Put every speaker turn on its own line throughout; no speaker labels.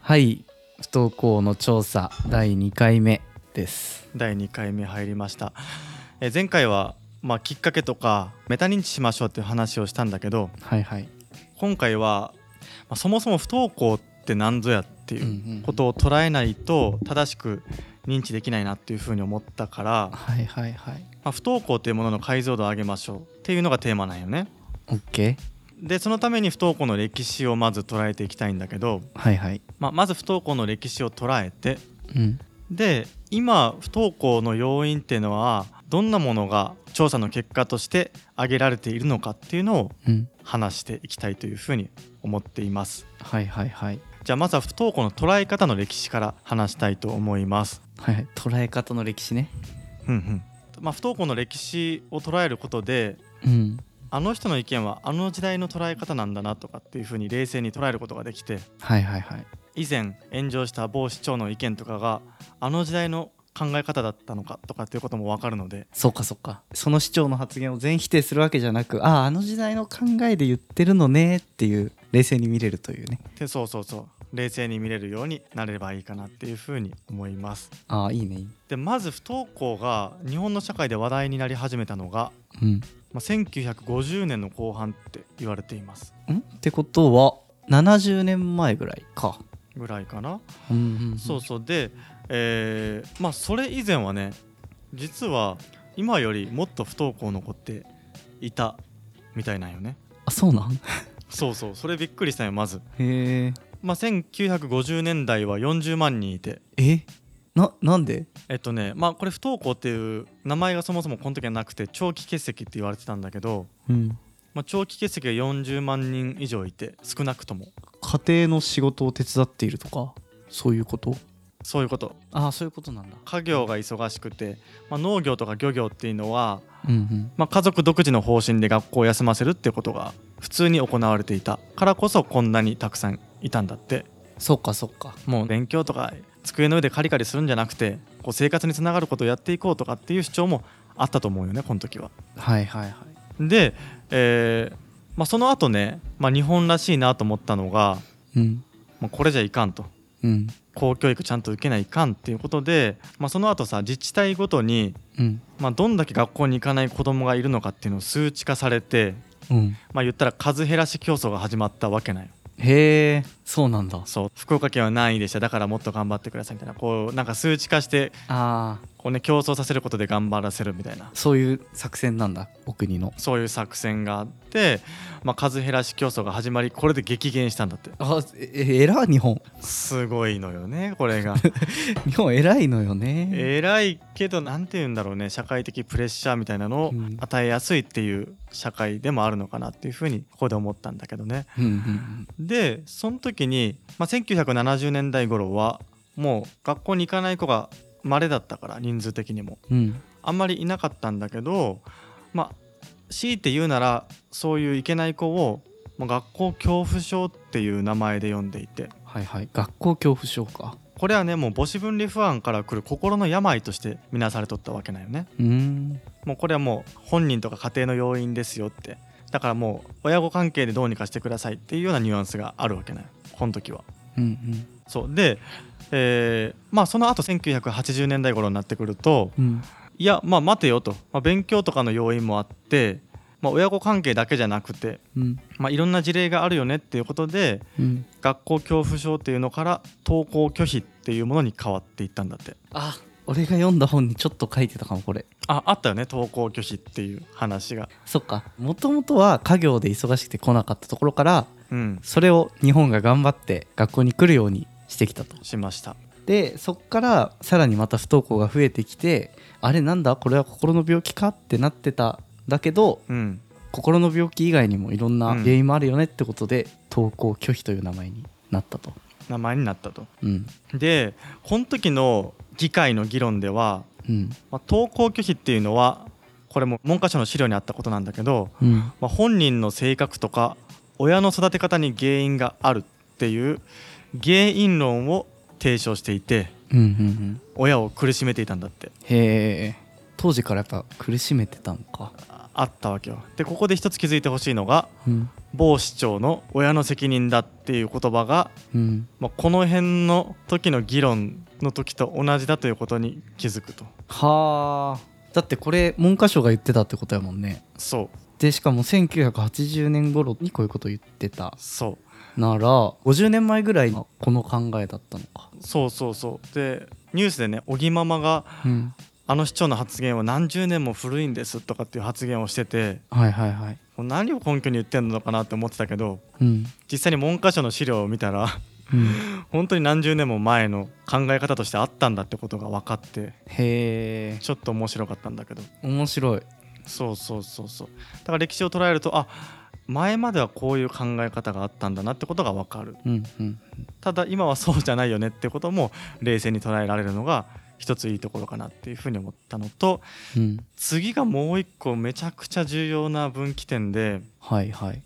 はい不登校の調査第2回目です
第2回目入りましたえー前回は、まあ、きっかけとかメタ認知しましょうっていう話をしたんだけど
はいはい
今回は、まあ、そもそも不登校って何ぞやって
うんうん
いううんことを捉えないと正しく認知できないなっていうふうに思ったから、ま
はいはいはい
あ、不登校っていうものの解像度を上げましょうっていうのがテーマなんよね。
OK
でそのために不登校の歴史をまず捉えていきたいんだけど、
はいはい
まあ、まず不登校の歴史を捉えて
うん
で今不登校の要因っていうのはどんなものが調査の結果として挙げられているのかっていうのを
うん
話していきたいというふうに思っています
はいはいはい
じゃあまずは不登校の捉え方の歴史から話したいと思います
はいはい捉え方の歴史ね
うんうんまあ、不登校の歴史を捉えることで
うん
あの人の意見はあの時代の捉え方なんだなとかっていうふうに冷静に捉えることができて
はいはいはい
以前炎上した某市長の意見とかがあの時代の考え方だったのかとかっていうことも分かるので
そうかそうかその市長の発言を全否定するわけじゃなくあああの時代の考えで言ってるのねっていう冷静に見れるというね
でそうそうそう冷静に見れるようになれればいいかなっていうふうに思います
ああいいねいい
でまず不登校が日本の社会で話題になり始めたのが、
うん
まあ、1950年の後半って言われています
んってことは70年前ぐらいか、
ぐらいかな、
うんうんうん
そうそうで、えーまあそれ以前はね実は今よりもっと不登校の子っていたみたいなんよね
あそうなんへ
そうそうそれびっくりしたよまず、
え
まあ、1950年代は40万人いて
えななんで
えっとねまあこれ不登校っていう名前がそもそもこの時はなくて長期欠席って言われてたんだけど、
うん
まあ、長期欠席が40万人以上いて少なくとも
家庭の仕事を手伝っているとかそういうこと
そういうこと
ああそういうことなんだ
家業が忙しくて、まあ、農業とか漁業っていうのは、
うんうん
まあ、家族独自の方針で学校を休ませるってことが普通に行われていたからこそこんなにたくさんいたんだって
そうかそうか
もう勉強とか机の上でカリカリするんじゃなくてこう生活につながることをやっていこうとかっていう主張もあったと思うよねこの時は。
はいはいはい
で、えーまあ、その後ね、まあ、日本らしいなと思ったのが、
うん
まあ、これじゃいかんと
うん
公教育ちゃんと受けないかんっていうことで、まあ、その後さ自治体ごとに、
うん
まあ、どんだけ学校に行かない子供がいるのかっていうのを数値化されて、
うん
まあ、言ったら数減らし競争が始まったわけない
へえそうなんだ
そう福岡県は何位でしただからもっと頑張ってくださいみたいなこうなんか数値化して
ああ
こう、ね、競争させることで頑張らせるみたいな
そういう作戦なんだお国の
そういう作戦があって、まあ、数減らし競争が始まりこれで激減したんだって
あええら日本
すごいのよねこれが
日本偉いのよね
偉いけど何て言うんだろうね社会的プレッシャーみたいなのを
うん
与えやすいっていう社会でもあるのかなっていうふうにここで思ったんだけどね
うんうん
でその時に、まあ、1970年代頃はもう学校に行かない子が稀だったから人数的にも
うんうん
あんまりいなかったんだけどまあ強いて言うならそういう行けない子をまあ学校恐怖症っていう名前で呼んでいて
はいはい学校恐怖症か
これはねもう母子分離不安から来る心の病として見なされとったわけなんよね
うーん
もうこれはもう本人とか家庭の要因ですよってだからもう親子関係でどうにかしてくださいっていうようなニュアンスがあるわけなんよこの時は
うんうん
そうで、えーまあその後1980年代頃になってくると
うん
いやまあ待てよと、まあ、勉強とかの要因もあって、まあ、親子関係だけじゃなくて、
うん
まあ、いろんな事例があるよねっていうことで
うん
学校恐怖症っていうのから登校拒否っていうものに変わっていったんだって
あ俺が読んだ本にちょっと書いてたかもこれ
ああったよね登校拒否っていう話が
そっかもともとは家業で忙しくて来なかったところから
うん
それを日本が頑張って学校に来るようにしてきたと
しました
でそっからさらにまた不登校が増えてきてあれなんだこれは心の病気かってなってただけど
うん
心の病気以外にもいろんな
うん
原因もあるよねってことで、登校拒否という名前になったと
名前になったと
うん
でこの時の議会の議論では、
うん
まあ、登校拒否っていうのはこれも文科省の資料にあったことなんだけど、
うん
まあ、本人の性格とか親の育て方に原因があるっていう原因論を提唱していて
うんうんうん
親を苦しめていたんだって
へえ当時からやっぱ苦しめてたのか、
ああったわけよでここで一つ気づいてほしいのが
うん
某市長の親の責任だっていう言葉が、
うん、
まあ、この辺の時の議論の時と同じだということに気づくと
はあだってこれ文科省が言ってたってことやもんね
そう
でしかも1980年頃にこういうこと言ってた
そう
なら50年前ぐらいのこの考えだったのか、
そうそうそうでニュースでね小木ママが
うん、
あの市長の発言は何十年も古いんですとかっていう発言をしてて
はいはいはい
もう何を根拠に言ってんのかなって思ってたけど
うん
実際に文科省の資料を見たら
うん
本当に何十年も前の考え方としてあったんだってことが分かって
へえ
ちょっと面白かったんだけど
面白い
そうそうそうそうだから歴史を捉えるとあ前まではこういう考え方があったんだなってことが分かる
うんうん
ただ今はそうじゃないよねってことも冷静に捉えられるのが一ついいところかなっていうふうに思ったのと
うん
次がもう一個めちゃくちゃ重要な分岐点で、
はいはい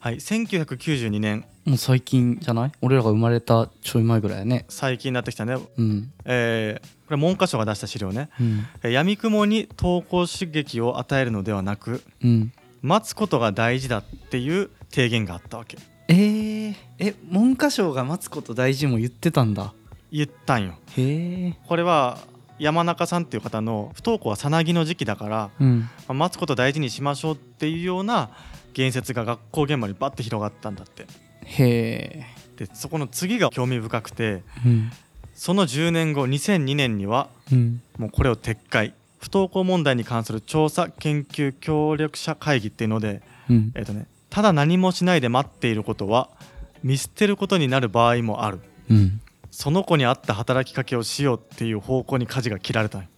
はい、1992年
もう最近じゃない俺らが生まれたちょい前ぐらいやね
最近になってきたね、
うん
えーこれ文科省が出した資料ね
うん
えー闇雲に投稿刺激を与えるのではなく
うん
待つことが大事だっていう提言があったわけ
えー、え文科省が待つこと大事も言ってたんだ
言ったんよ
へえ
これは山中さんっていう方の不登校はさなぎの時期だから
うん
まあ待つこと大事にしましょうっていうような言説が学校現場にバッて広がったんだって
へえ
でそこの次が興味深くて
うん
その10年後2002年には
うん
もうこれを撤回不登校問題に関する調査研究協力者会議っていうので、
うん
えっとね、ただ何もしないで待っていることは見捨てることになる場合もある
うん
その子に合った働きかけをしようっていう方向に舵が切られたんよ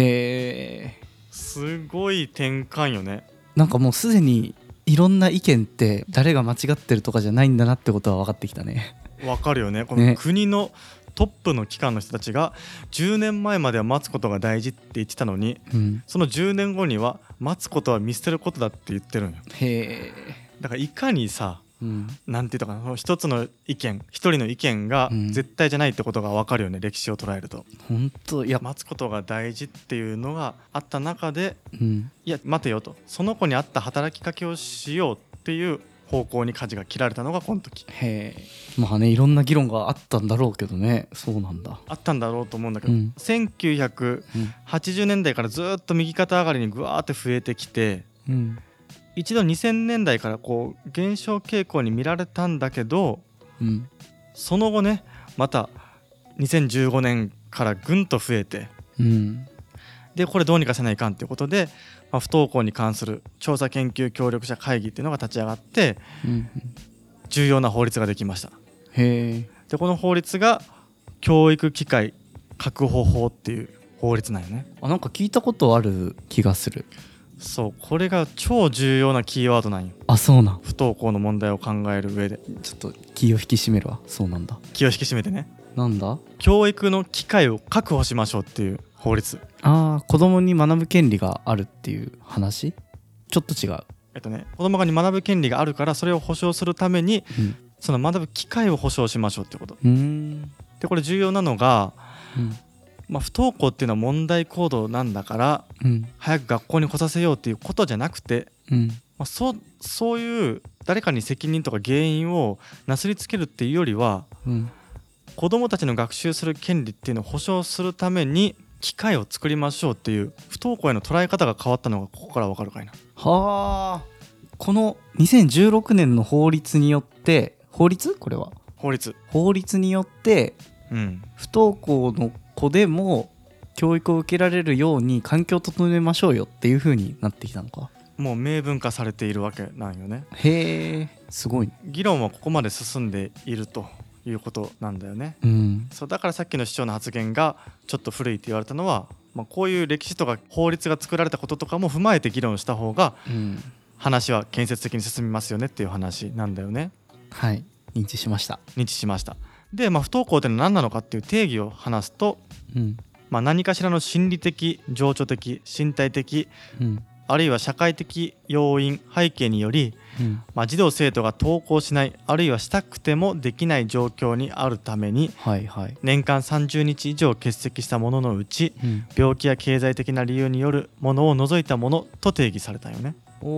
へえ
すごい転換よね
なんかもうすでにいろんな意見って誰が間違ってるとかじゃないんだなってことは分かってきたね
わかるよねこ
ね
の国のトップの機関の人たちが10年前までは待つことが大事って言ってたのに
うん
その10年後には待つことは見捨てることだって言ってるんよ
へえ
だからいかにさ
うん
なんていうのかなその一つの意見一人の意見が
うん
絶対じゃないってことが分かるよね、歴史を捉えると
ほんといや
待つことが大事っていうのがあった中で
うん
いや待てよとその子に合った働きかけをしようっていう方向に舵が切られたのがこの時
へえまあねいろんな議論があったんだろうけどねそうなんだ
あったんだろうと思うんだけど、
うん
1980年代からずっと右肩上がりにぐわーって増えてきて
うん
一度2000年代からこう減少傾向に見られたんだけど
うん
その後ねまた2015年からぐんと増えて
うん
でこれどうにかせないかんっていうことで、まあ、不登校に関する調査研究協力者会議っていうのが立ち上がって
うん
重要な法律ができました
へえ
でこの法律が教育機会確保法っていう法律なんよね
あなんか聞いたことある気がする
そうこれが超重要なキーワードなんよ
あそうなん
不登校の問題を考える上で
ちょっと気を引き締めるわそうなんだ
気を引き締めてね
なんだ
教育の機会を確保しましょうっていう法律
ああ子供に学ぶ権利があるっていう話ちょっと違う、
えっとね子供が学ぶ権利があるからそれを保障するためにその学ぶ機会を保障しましょうってこと
うん、うーん
でこれ重要なのが
うん
まあ、不登校っていうのは問題行動なんだから
うん
早く学校に来させようっていうことじゃなくて、
うん
まあ、そうそういう誰かに責任とか原因をなすりつけるっていうよりは
うん
子どもたちの学習する権利っていうのを保障するために機会を作りましょうっていう不登校への捉え方が変わったのがここからわかるかいな。
はあこの2016年の法律によって法律これは
法律、
法律によって
うん、
不登校の子でも教育を受けられるように環境を整えましょうよっていう風になってきたのか
もう明文化されているわけなんよね。
へえすごいね
議論はここまで進んでいるということなんだよね。
うん
そうだからさっきの市長の発言がちょっと古いって言われたのは、まあ、こういう歴史とか法律が作られたこととかも踏まえて議論した方が
うん
話は建設的に進みますよねっていう話なんだよね
はい認知しました
認知しましたで、まあ、不登校ってのは何なのかっていう定義を話すと、
うん
まあ、何かしらの心理的情緒的身体的
うん
あるいは社会的要因背景により
うん
まあ、児童生徒が登校しないあるいはしたくてもできない状況にあるために
はいはい、
年間30日以上欠席したもののうち
うん、
病気や経済的な理由によるものを除いたものと定義されたんよね
お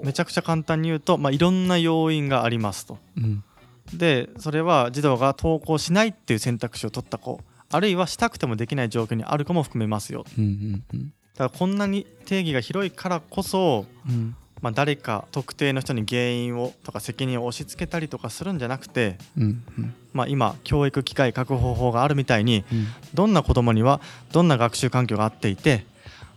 お
めちゃくちゃ簡単に言うと、まあ、いろんな要因がありますと
うん
でそれは児童が登校しないっていう選択肢を取った子あるいはしたくてもできない状況にある子も含めますよ
うんうん
だからこんなに定義が広いからこそ、
うん
まあ、誰か特定の人に原因をとか責任を押し付けたりとかするんじゃなくて、
うんうん
まあ、今教育機会確保法があるみたいに
うん
どんな子どもにはどんな学習環境があっていて、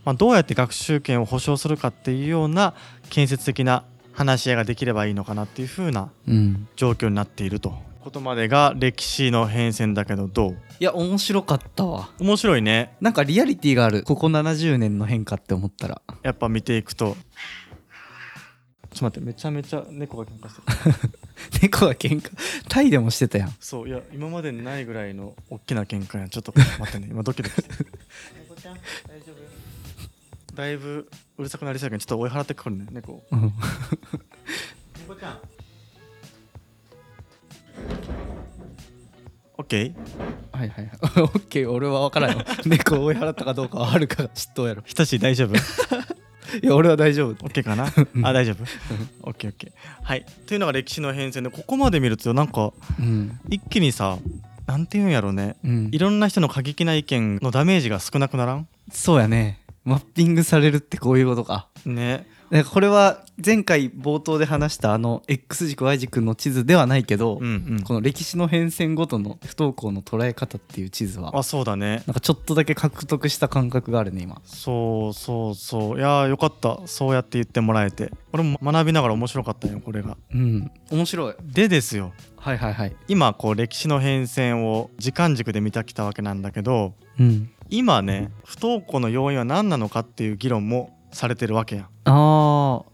まあ、どうやって学習権を保障するかっていうような建設的な話し合いができればいいのかなっていう風な
うん
状況になっているとことまでが歴史の変遷だけどどう
いや面白かったわ
面白いね
なんかリアリティがあるここ70年の変化って思ったら
やっぱ見ていくとちょっと待ってめちゃめちゃ猫が喧嘩してる
猫が喧嘩タイでもしてたやん
そういや今までにないぐらいの大きな喧嘩やちょっと待 ってね今ドキドキしてる猫ちゃん大丈夫だいぶうるさくなりそうやけどちょっと追い払ってくるね猫を
うん
猫ちゃんオッケー
はいはいはい オッケー俺は分からんよ 猫を追い払ったかどうかはあるか嫉妬やろ
ひとし大丈夫
いや俺は大丈夫
オッケーかなあ大丈夫オッケーオッケーはいというのが歴史の変遷でここまで見るとなんか
うん
一気にさなんて言うんやろうね
うん
いろんな人の過激な意見のダメージが少なくならん
そうやねマッピングされるってこういうことか
ね
だからこれは前回冒頭で話したあの X 軸 Y 軸の地図ではないけど、
うんうん
この歴史の変遷ごとの不登校の捉え方っていう地図は
あそうだね
なんかちょっとだけ獲得した感覚があるね今
そうそうそういやーよかったそうやって言ってもらえて俺も学びながら面白かったよこれが
うん面白い
でですよ
はいはいはい
今こう歴史の変遷を時間軸で見てきたわけなんだけど
うん
今ね不登校の要因は何なのかっていう議論もされてるわけやん
あー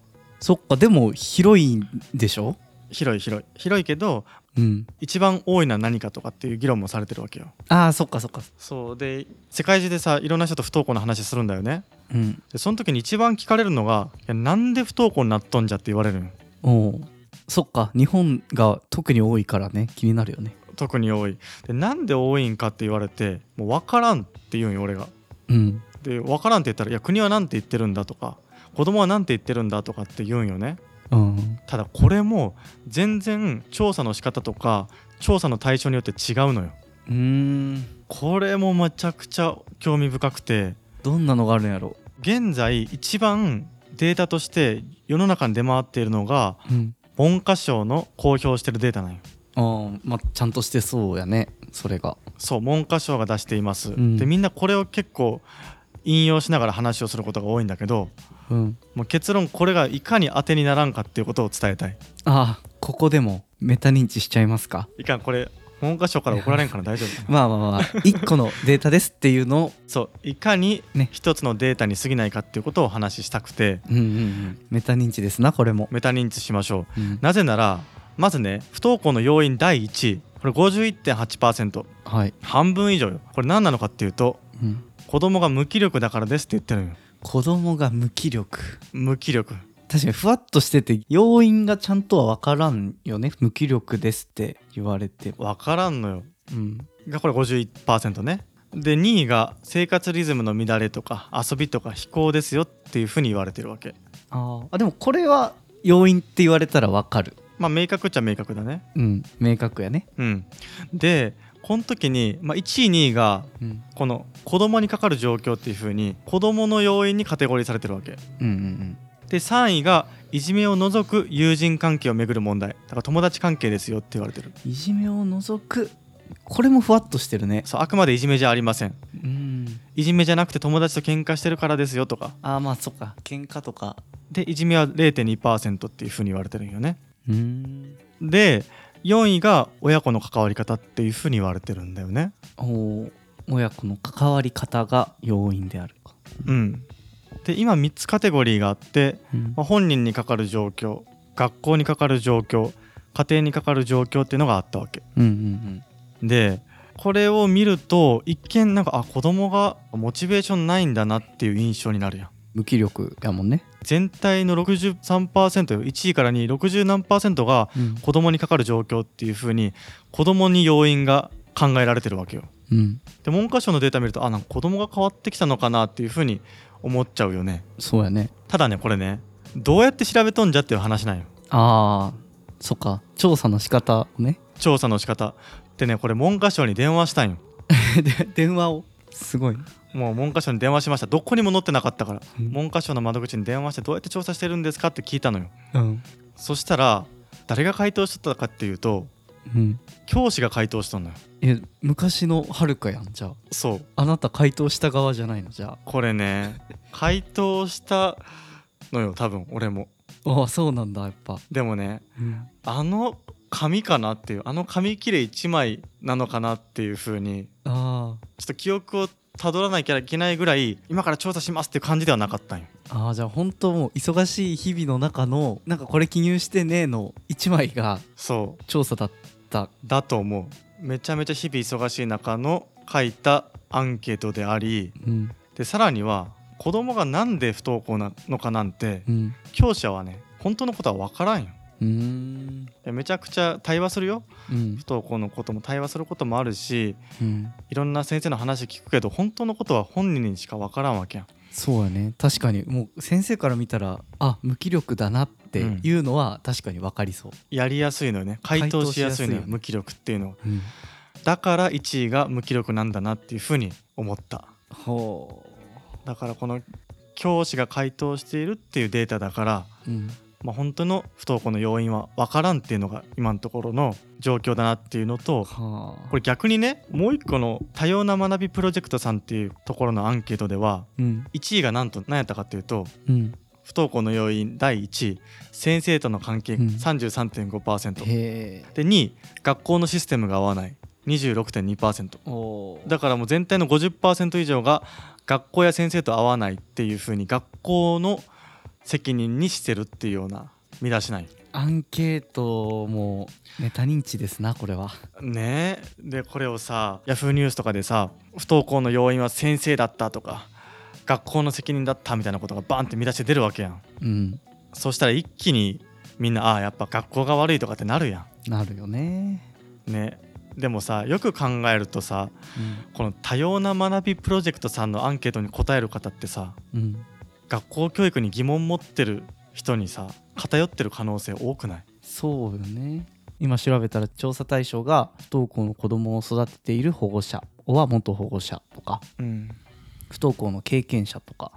そっかでも広いんでしょ
広い広い広いけど
うん
一番多いのは何かとかっていう議論もされてるわけよ
ああそっかそっか
そうで世界中でさいろんな人と不登校の話するんだよね
うん
でその時に一番聞かれるのがいやなんで不登校になっとんじゃって言われるん
おうそっか日本が特に多いからね気になるよね
特に多いでなんで多いんかって言われてもう分からんって言うんよ俺が
うん
で分からんって言ったらいや国は何て言ってるんだとか子供は何て言ってるんだとかって言うんよね
うん
ただこれも全然調査の仕方とか調査の対象によって違うのよ
うーん
これもめちゃくちゃ興味深くて
どんなのがあるんやろ
現在一番データとして世の中に出回っているのが
うん
文科省の公表してるデータなんよ
あーまあちゃんとしてそうやねそれが
そう文科省が出しています、
うん
でみんなこれを結構引用しながら話をすることが多いんだけど
うん
もう結論これがいかに当てにならんかっていうことを伝えたい
ああここでもメタ認知しちゃいますか
いかんこれ文科省から怒られんから大丈 夫
まあまあまあ1個のデータですっていうのを
そういかに
ね
一つのデータに過ぎないかっていうことをお話ししたくて
うんうんうんメタ認知ですなこれも、
メタ認知しましょう
うん
なぜならまずね不登校の要因第1位これ51.8%
はい、
半分以上よこれ何なのかっていうと
うん、
子供が無気力だからですって言ってるのよ
子供が無気力
無気力
確かにふわっとしてて要因がちゃんとは分からんよね無気力ですって言われても
分からんのよ
うん
がこれ51%ねで2位が生活リズムの乱れとか遊びとか非行ですよっていうふうに言われてるわけ
あーあでもこれは要因って言われたら分かる
まあ明確っちゃ明確だね
うん明確やね
うんでこの時に、まあ、1位2位が
うん
この子供にかかる状況っていうふうに子供の要因にカテゴリーされてるわけ
うんうん
で3位がいじめを除く友人関係をめぐる問題だから友達関係ですよって言われてる
うんいじめを除くこれもふわっとしてるね
そうあくまでいじめじゃありません
うん
いじめじゃなくて友達と喧嘩してるからですよとか
ああまあそっか喧嘩とか
でいじめは0.2%っていうふうに言われてるんよね
うん
で4位が親子の関わり方っていうふうに言われてるんだよね
おー親子の関わり方が要因であるか、
うんで今3つカテゴリーがあって、
うん
まあ、本人にかかる状況学校にかかる状況家庭にかかる状況っていうのがあったわけ
うんうん
でこれを見ると一見なんかあ子供がモチベーションないんだなっていう印象になるやん
無気力やもんね、
全体の 63%1 位から2位60何パーセントが
うん
子供にかかる状況っていうふうに子供に要因が考えられてるわけよ
うん、
で文科省のデータ見るとあなんか子供が変わってきたのかなっていうふうに思っちゃうよね
そうやね
ただねこれねどうやって調べとんじゃっていう話なんよ
ああそっか調査の仕方をね
調査の仕方でねこれ文科省に電話したんよ
で電話をすごい
もう文科省に電話しましたどこにも載ってなかったから
うん
文科省の窓口に電話してどうやって調査してるんですかって聞いたのよ
うん
そしたら誰が回答しとったかっていうと
うん
教師が回答しとんのよ
え昔のはるかやんじゃあ
そう
あなた回答した側じゃないのじゃ
こ れね回答したのよ多分俺も
あああそうなんだやっぱ、
でもね
うん、
あの紙かなっていうあの紙切れ1枚なのかなっていう風に
あー
ちょっと記憶をたどらなきゃいけないぐらい今から調査しますっていう感じではなかったんよ
あーじゃあ本当もう忙しい日々の中のなんかこれ記入してねの1枚が
そう
調査だった
だと思うめちゃめちゃ日々忙しい中の書いたアンケートであり
うん
でさらには子供がなんで不登校なのかなんて
うん
教師はね本当のことは分からんよ
うーん
でめちゃくちゃ対話するよ
うん
不登校のことも対話することもあるし
うん
いろんな先生の話聞くけど本当のことは本人にしか分からんわけやん
そうやね確かにもう先生から見たらあ無気力だなっていうのは確かに分かりそう、
やりやすいのよね回答しやすいの
回答しやすいよ
よ
ね
無気力っていうのは
うん、
だから1位が無気力なんだなっていうふうに思った
ほ
だからこの教師が回答しているっていうデータだから、
う、うん、
まあ、本当の不登校の要因は分からんっていうのが今のところの状況だなっていうのと
はあ
これ逆にねもう一個の多様な学びプロジェクトさんっていうところのアンケートでは
うん
1位がなんと何やったかっていうと
うん
不登校の要因第1位先生との関係
うん
33.5%、
へえ
で2位学校のシステムが合わない26.2%
お
だからもう全体の50%以上が学校や先生と合わないっていう風に学校の責任にしてるっていうような見出しない
アンケートもネタ認知ですなこれは
ねえでこれをさ Yahoo ニュースとかでさ不登校の要因は先生だったとか学校の責任だったみたいなことがバンって見出して出るわけやん
うん
そしたら一気にみんなああやっぱ学校が悪いとかってなるや
なるよね、
んねでもさよく考えるとさこの多様な学びプロジェクトさんのアンケートに答える方ってさ
うんうん、
学校教育に疑問持ってる人にさ偏ってる可能性多くない
そうよね今調べたら調査対象が不登校の子供を育てている保護者は元保護者とか
うん
不登校の経験者とか、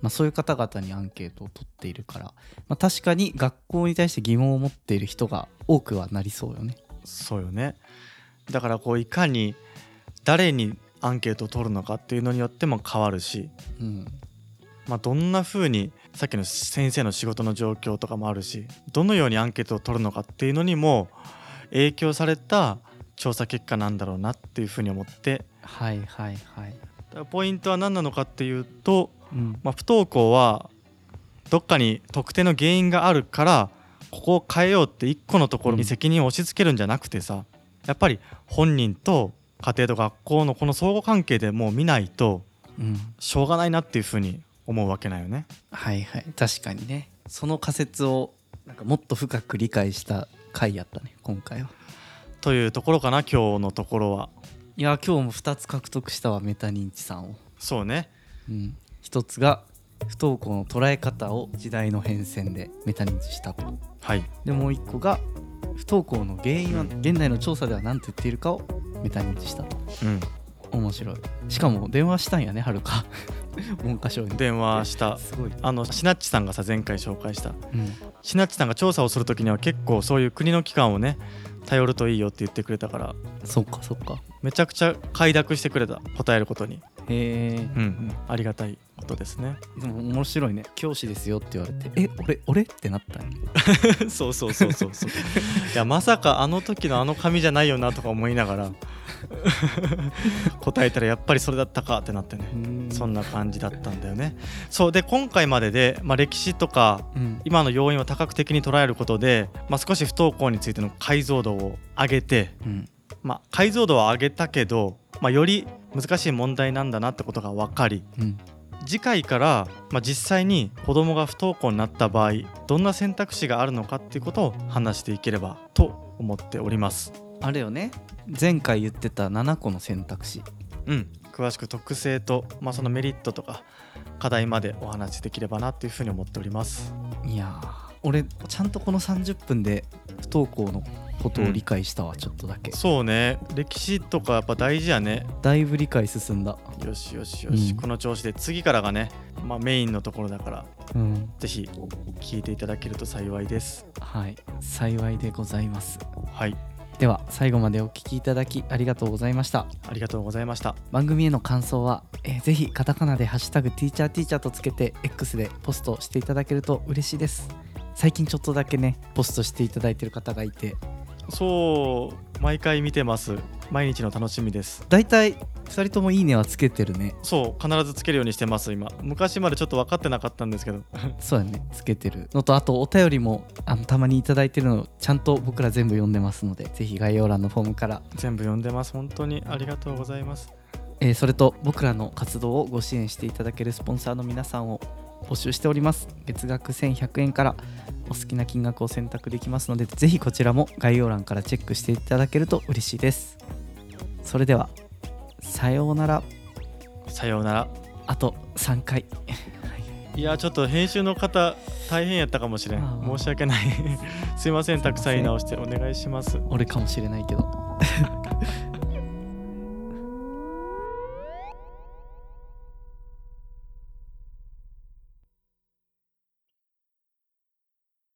まあ、そういう方々にアンケートを取っているから、まあ、確かに学校に対して疑問を持っている人が多くはなりそうよね
そうよねだからこういかに誰にアンケートを取るのかっていうのによっても変わるし、
うん
まあ、どんな風にさっきの先生の仕事の状況とかもあるしどのようにアンケートを取るのかっていうのにも影響された調査結果なんだろうなっていう風に思って
はいはいはい、
だからポイントは何なのかっていうと
うん、
まあ、不登校はどっかに特定の原因があるからここを変えようって一個のところに責任を押し付けるんじゃなくてさ、やっぱり本人と家庭と学校のこの相互関係でもう見ないと
うん、
しょうがないなっていうふうに思うわけなんよね。
はいはい確かにねその仮説をなんかもっと深く理解した回やったね今回は
というところかな今日のところはい
や今日も2つ獲得したわメタ認知さんを、
そうね
うん、1つが不登校の捉え方を時代の変遷でメタ認知したと
はい
でもう1個が不登校の原因は現代の調査では何と言っているかをメタ認知したと
うん
面白いしかも電話したんやねはるか 文科省に
電話した
すごい、
あのシナッチさんがさ前回紹介した
うん、
シナッチさんが調査をする時には結構そういう国の機関をね頼るといいよって言ってくれたから
そっかそっか
めちゃくちゃ快諾してくれた答えることに、
へえ
うん、ありがたいことですね
でも面白いね教師ですよって言われてえ俺俺ってなったんや
そうそうそうそう そういやまさかあの時のあの紙じゃないよなとか思いながら答えたらやっぱりそれだったかってなってねそんな感じだったんだよねそうで今回までで、まあ、歴史とか
うん
今の要因を多角的に捉えることで、まあ、少し不登校についての解像度を上げて、
うん
まあ、解像度は上げたけど、まあ、より難しい問題なんだなってことが分かり
うん
次回から、まあ、実際に子供が不登校になった場合どんな選択肢があるのかっていうことを話していければと思っております。
あれよね前回言ってた7個の選択肢
うん、詳しく特性と、まあ、そのメリットとか課題までお話しできればなっていうふうに思っております。
いやー俺ちゃんとこの30分で不登校のことを理解したわ、ちょっとだけ
そうね歴史とかやっぱ大事やね
だいぶ理解進んだ
よしよしよし、
うん
この調子で次からがね、まあ、メインのところだから
うん
ぜひ聞いていただけると幸いです。
はい幸いでございます
はい、
では最後までお聞きいただきありがとうございました
ありがとうございました。
番組への感想は、えーぜひカタカナで「ハッシュタグティーチャーティーチャー」とつけて X でポストしていただけると嬉しいです最近ちょっとだけねポストしていただいてる方がいて
そう毎回見てます。毎日の楽しみです。
だいたい2人とも「いいね」はつけてるね
そう必ずつけるようにしてます今。昔までちょっと分かってなかったんですけど。
そうやねつけてるのとあとお便りもあのたまにいただいてるのちゃんと僕ら全部読んでますのでぜひ概要欄のフォームから、
全部読んでます。本当にありがとうございます。
えーそれと僕らの活動をご支援していただけるスポンサーの皆さんを募集しております月額1100円からお好きな金額を選択できますのでぜひこちらも概要欄からチェックしていただけると嬉しいですそれではさようなら
さようなら。
あと3回
いやちょっと編集の方大変やったかもしれ
まあ
ん
まあ
申し訳ない すいませんたくさん
すい
言い
ま
直してお願いします
俺かもしれないけど